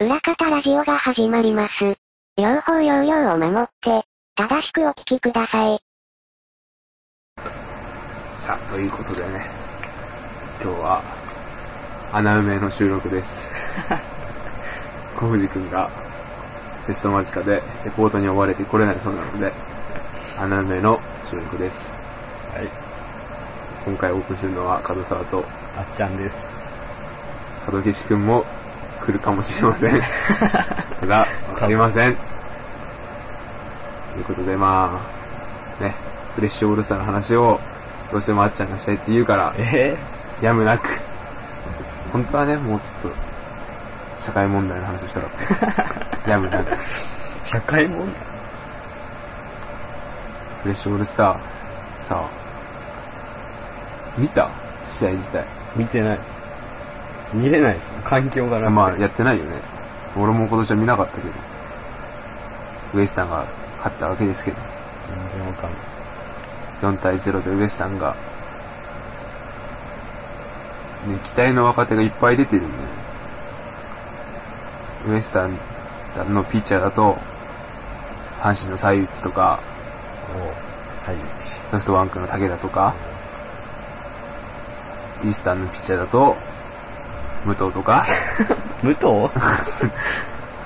裏方ラジオが始まります。両方要領を守って、正しくお聞きください。さあ、ということでね、今日は、穴埋めの収録です。 小藤君が、テスト間近で、レポートに追われてこれないそうなので、穴埋めの収録です。はい。今回オープンするのは、門沢と、あっちゃんです。門岸君も、来るかもしれませ ん。ただ、わかりません。ということで、まあ、ね、フレッシュオールスターの話を、どうしてもあっちゃんがしたいって言うから、えー、やむなく、本当はね、もうちょっと、社会問題の話をしたかった。やむなく。社会問題フレッシュオールスター、さあ、見た試合自体。見てないです。見れないです環境がなくてまあやってないよね俺も今年は見なかったけどウエスタンが勝ったわけですけど全然わかんない4対0でウエスタンが、ね、期待の若手がいっぱい出てるんだよウエスタンのピッチャーだと阪神の西内とか西内ソフトバンクの武田とかイースタンのピッチャーだと武藤とか武藤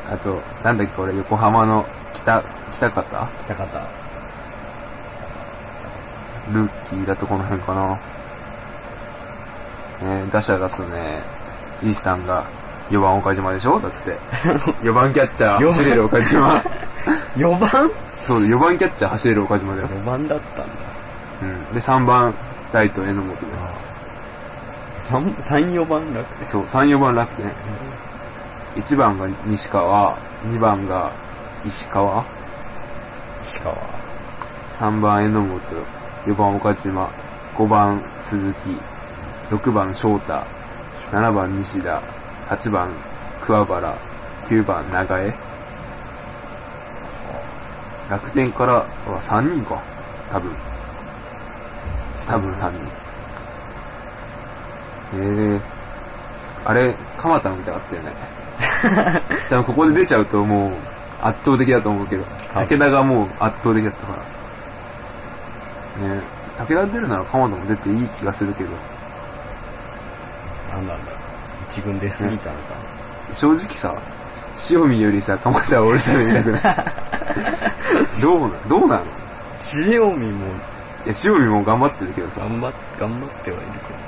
あと、なんだっけこれ、横浜の北、北方北方。ルーキーだとこの辺かな。えー、打者だとね、イースタンが4番岡島でしょだって。4番 キャッチャー、走れる岡 島。 4番そう、4番キャッチャー走れる岡島だよ。 4番だったんだ。うん。で、3番、ライト、榎本で。 3、4番楽天そう、3、4番楽天、ね。1番が西川、2番が石川。石川。 3番榎本、4番岡島、5番鈴木、6番翔太、7番西田、8番桑原、9番長江。楽天からは3人か。多分。多分3人。へえー、あれ、蒲田の見たかったよね。でもここで出ちゃうともう圧倒的だと思うけど、武田がもう圧倒的だったから。ね武田出るなら蒲田も出ていい気がするけど。なんだろう。一軍出過ぎたのか、ね、正直さ、塩見よりさ、蒲田は俺さえ見たく ない。どうな、どうなの塩見も。いや、塩見も頑張ってるけどさ。頑張っ、頑張ってはいるけど。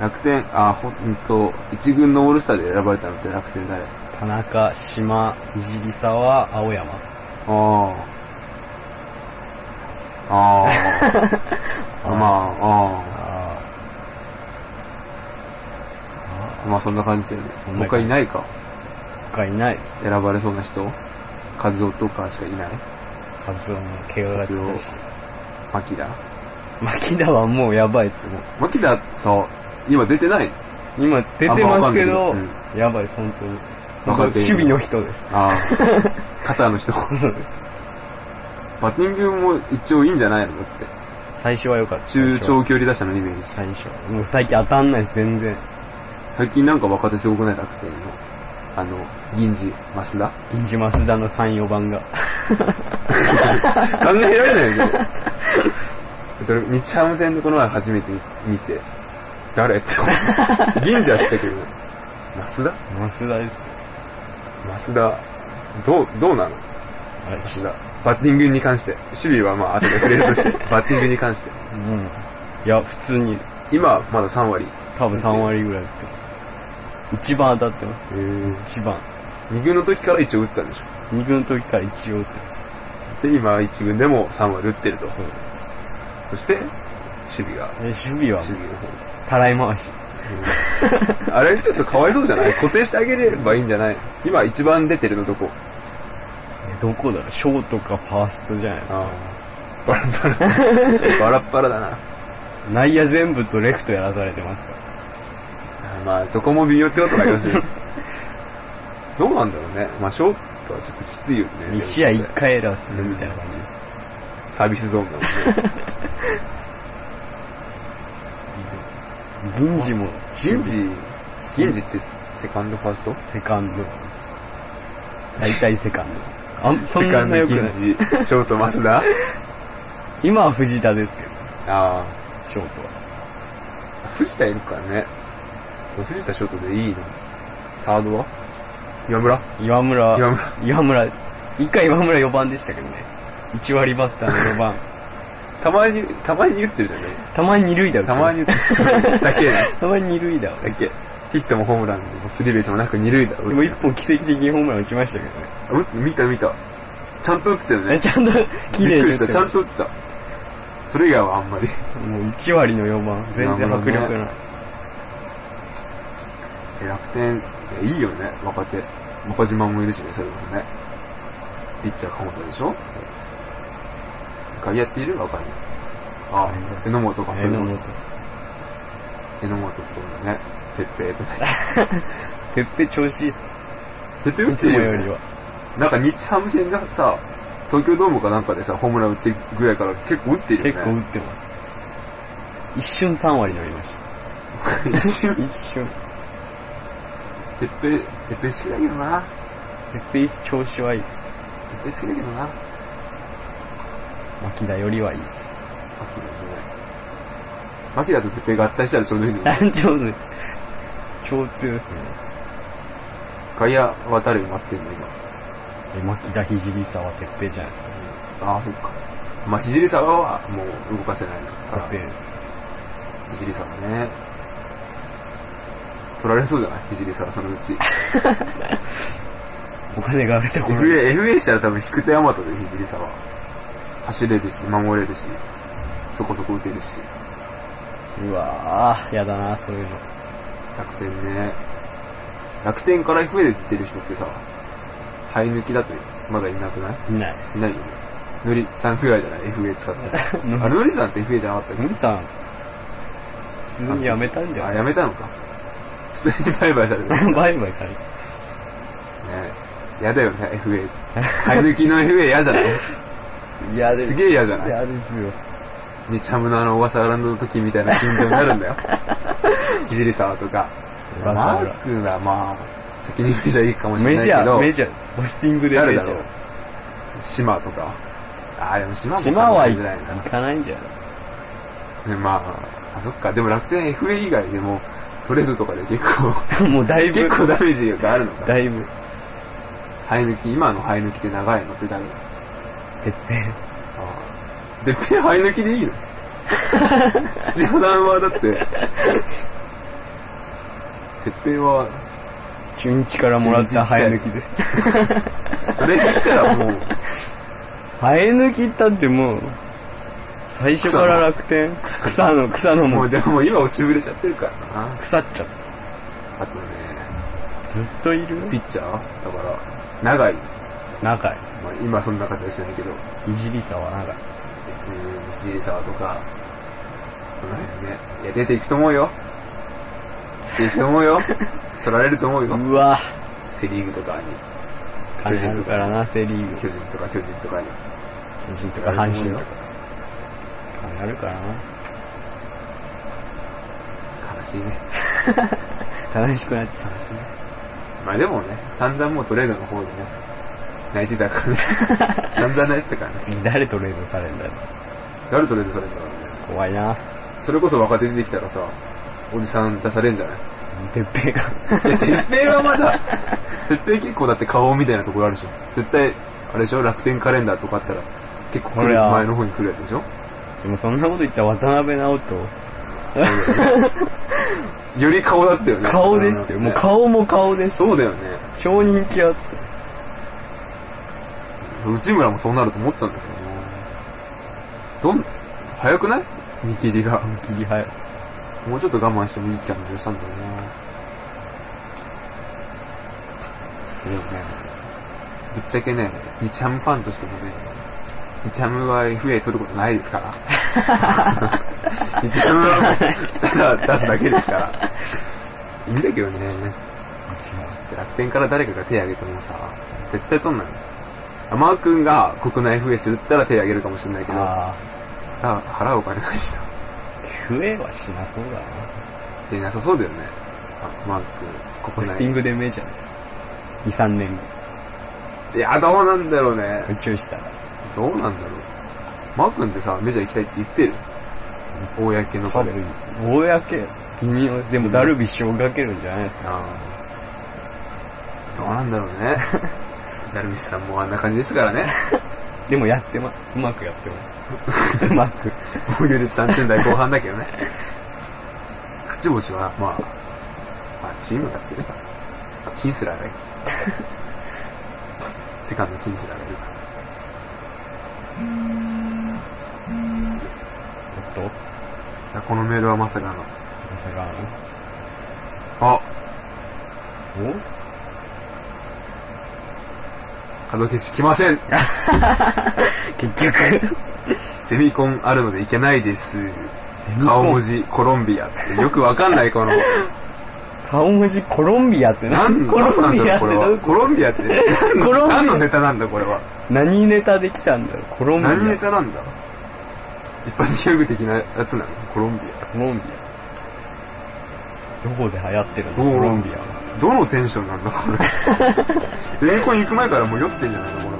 楽天、あ、ほんと、一軍のオールスターで選ばれたのって楽天誰田中、島、藤沢、青山。ああ。 ああ。まあ、ああ。まあそんな感じだよね。他いないか。他いないです。選ばれそうな人カズオとかしかいないカズオも怪我がちだし。牧田牧田はもうやばいっす、もう。牧田さ、今出てない今出てますけど、うん、やばいです、本当に。分かって守備の人です。ああ。 肩の人。そうです。バッティングも一応いいんじゃないのだって。最初は良かった。中長距離打者のイメージ。最初。もう最近当たんないです、全然。最近なんか若手すごくない楽天の。あの、銀次、増 田銀次、増田の3、4番が。考えられない よ。日ハム戦でこの前初めて見て、誰って思って 。銀次は知ったけど、増田増田ですよ。増田、どう、どうなのあれ、増田。バッティングに関して。守備はまあ後で触れるとして、 バッティングに関して。うん。いや、普通に。今、まだ3割。多分3割ぐらい打って一番当たってます。へ一番。二軍の時から一応打ってたんでしょ二軍の時から一応打ってで、今、一軍でも3割打ってると。そうそして、守備が。守備は、守備の方。たらい回し。うん、あれちょっとかわいそうじゃない固定してあげればいいんじゃない今一番出てるのどこどこだろうショートかファーストじゃないですか。バラバラ。バラバラだな。。内野全部とレフトやらされてますからまあ、どこも微妙ってことがありますね。どうなんだろうね。まあ、ショートはちょっときついよね。 1試合1回エラーするみたいな感じです。うん、サービスゾーンだもんね。銀次も。銀次、銀次ってセカンドファーストセカンド。大体セカンド。あん、そんセなカンド良く銀ない。次、ショート増田今は藤田ですけど、 あショートは。あ。藤田いるからね。そう、藤田ショートでいいの。サードは岩村岩村、岩村岩村です。一回岩村4番でしたけどね。1割バッターの4番。 たまに、たまに言ってるじゃないたまに二塁打打ちたまますに打ってる。だけ、だたまに二塁打を。け。ヒットもホームランもスリーベースもなく二塁打を打でもつ一本奇跡的にホームラン打ちましたけどね。あ打って見た見た。ちゃんと打ってたよえね。ち ゃんと綺びっ麗くにりした。ちゃんと。と打ってた。それ以外はあんまり。もう1割の4番。全然迫力ない。え楽天、いやいいよね、若手。中島もいるしね、それこそね。ピッチャー鎌田でしょ外野っている若いの。ああ、榎本か、それもそう。榎本とね、哲平とね。てっぺ調子いいっす。哲平打いっつてもるよよりね。は。なんか日ハム戦がさ、東京ドームかなんかでさ、ホームラン打ってるぐらいから結構打ってるよね。結構打ってます。一瞬3割伸びまし一瞬た。。 一瞬。 てっぺい、てっぺい好きだけどな。てっぺい調子はいいってす。っぺい好きだけどな。牧田よりはいいっす。牧田じゃない。牧田とてっぺい合体したらちょうどいい のよ。ちょうどいい、超強いっすね。外野は誰埋まってんの今。え、牧田、ひじりさはてっぺいじゃないですか。ああ、そっか。まあ、ひじりさはもう動かせないかてっぺいら、です。ひじりさはね。取られそうじゃないひじりさはそのうち。お金があるところに。 FA、FA したら多分引く手余ったで、ひじりさは。走れるし、守れるし、そこそこ打てるし。うわぁ、やだなそういうの。楽天ね。楽天から FA で出てる人ってさ、生え抜きだとまだいなくないいないっすい。ないよね。のりさんくらいじゃない ?FA 使って。あれ、のりさんって FA じゃなかったっけ無理さん、普通に辞めたんじゃあ、ないやめたのか。普通にバイバイされてる。ねバイバイされて。やだよね、FA。生え抜きの FA 嫌じゃないいやすげえ嫌じゃない嫌ですよ。にチャムのあの小笠原の時みたいな心情になるん だよ。ひじりさとか。小マ笠原ー君はまあ、先にメジャーいいかもしれメないジけャど。ー、メジャー、オスティングで誰メジだろャうー。島とか。あー、でも島も考え島は行づらいな。かないんじゃないですか。でまあ、あ、そっか。でも楽天 FA 以外でも、トレードとかで結 構、もうだいぶ、結構ダメージがあるのか。だいぶ、生え抜き、今の生え抜きで長いのって誰だてっぺあん。ーでっぺん生え抜きでい いの土屋さんはだって、てっぺんは、中日からもらった生え抜きです。それ言ったらもう、生え抜きったってもう、最初から楽天。草の、草 のももううでも今落ちぶれちゃってるからな。腐っちゃっあとね、た。ずっといるピッチャーだから、長い。仲いまあ、今そんな活躍しないけど、うん、い。いじりさは仲いい。藤井沢とか、その辺ね。いや、出ていくと思うよ。出ていくと思うよ。取られると思うよ。うわセリーグとかに。巨金あ人とるかか、らな、セリーグ。巨人とか、巨人とかに。巨人とか阪神とか。金あるからな。 悲しいね。悲しくなっちゃう。悲しいね。まあでもね、散々もうトレードの方でね、泣いてたから ね。散々泣いてたからね。次誰トレードされるんだよ。誰トレードされたのね。怖いな。それこそ若手出てきたらさ、おじさん出されんじ ゃないてっぺいが。いや、鉄平はまだ、鉄平結構だって顔みたいなところあるでしょ。絶対、あれでしょ楽天カレンダーとかあったら、結構来そりるゃ前の方に来るやつでしょ でもそんなこと言ったら渡辺直人。より顔だったよね。顔でしたよ。もう顔も顔でした。そうだよね。超人気あった。そう内村もそうなると思ったんだけどなどん、早くない見切りが。切り早す。もうちょっと我慢してもいい感じがしたんだよな。でもね、ぶっちゃけね、日ハムファンとしてもね、日ハムは FA 取ることないですから。日ハムはただ出すだけですから。いいんだけどね、楽天から誰かが手挙げてもさ、絶対取んない。天く君が国内 FA するったら手挙げるかもしれないけど、ああ。払う払うお金ないしな。増えはしなそうだな。でなさそうだよね。マーク、ポ国スティン内。グでメジャーです。2、3年いや、どうなんだろうね後。。宇宙したら。どうなんだろう。マー君ってさ、メジャー行きたいって言ってる公の多場で分。、公、微妙。でも、ダルビッシュをかけるんじゃないですか。あーどうなんだろうね。 ダルビッシュさんもあんな感じですからね。でも、やってま、うまくやってます。うまく。防御率3点台後半だけどね。勝ち星は、まあ、まあ、チームが強いから。キンスラーがいる。 セカンドキンスラーがいるから。おっといやこのメールはまさかの。まさかあ、の。お角消し来ません。結局。ゼミコンあるのでいけないです。ミコン顔文字コロンビアってよくわかんない この。顔文字コロンビアってな何んコロンビアってなんだろうこれはどコロンビアって コロンビア何のネタなんだこれは。何ネタできたんだろうコロンビア。何ネタなんだ一発ギャグ的なやつなのコロンビコロンビア。どこで流行ってるのア。コロンビアは。 どのテンションなんだこれ。ゼミコン行く前からもう酔ってんじゃないのこの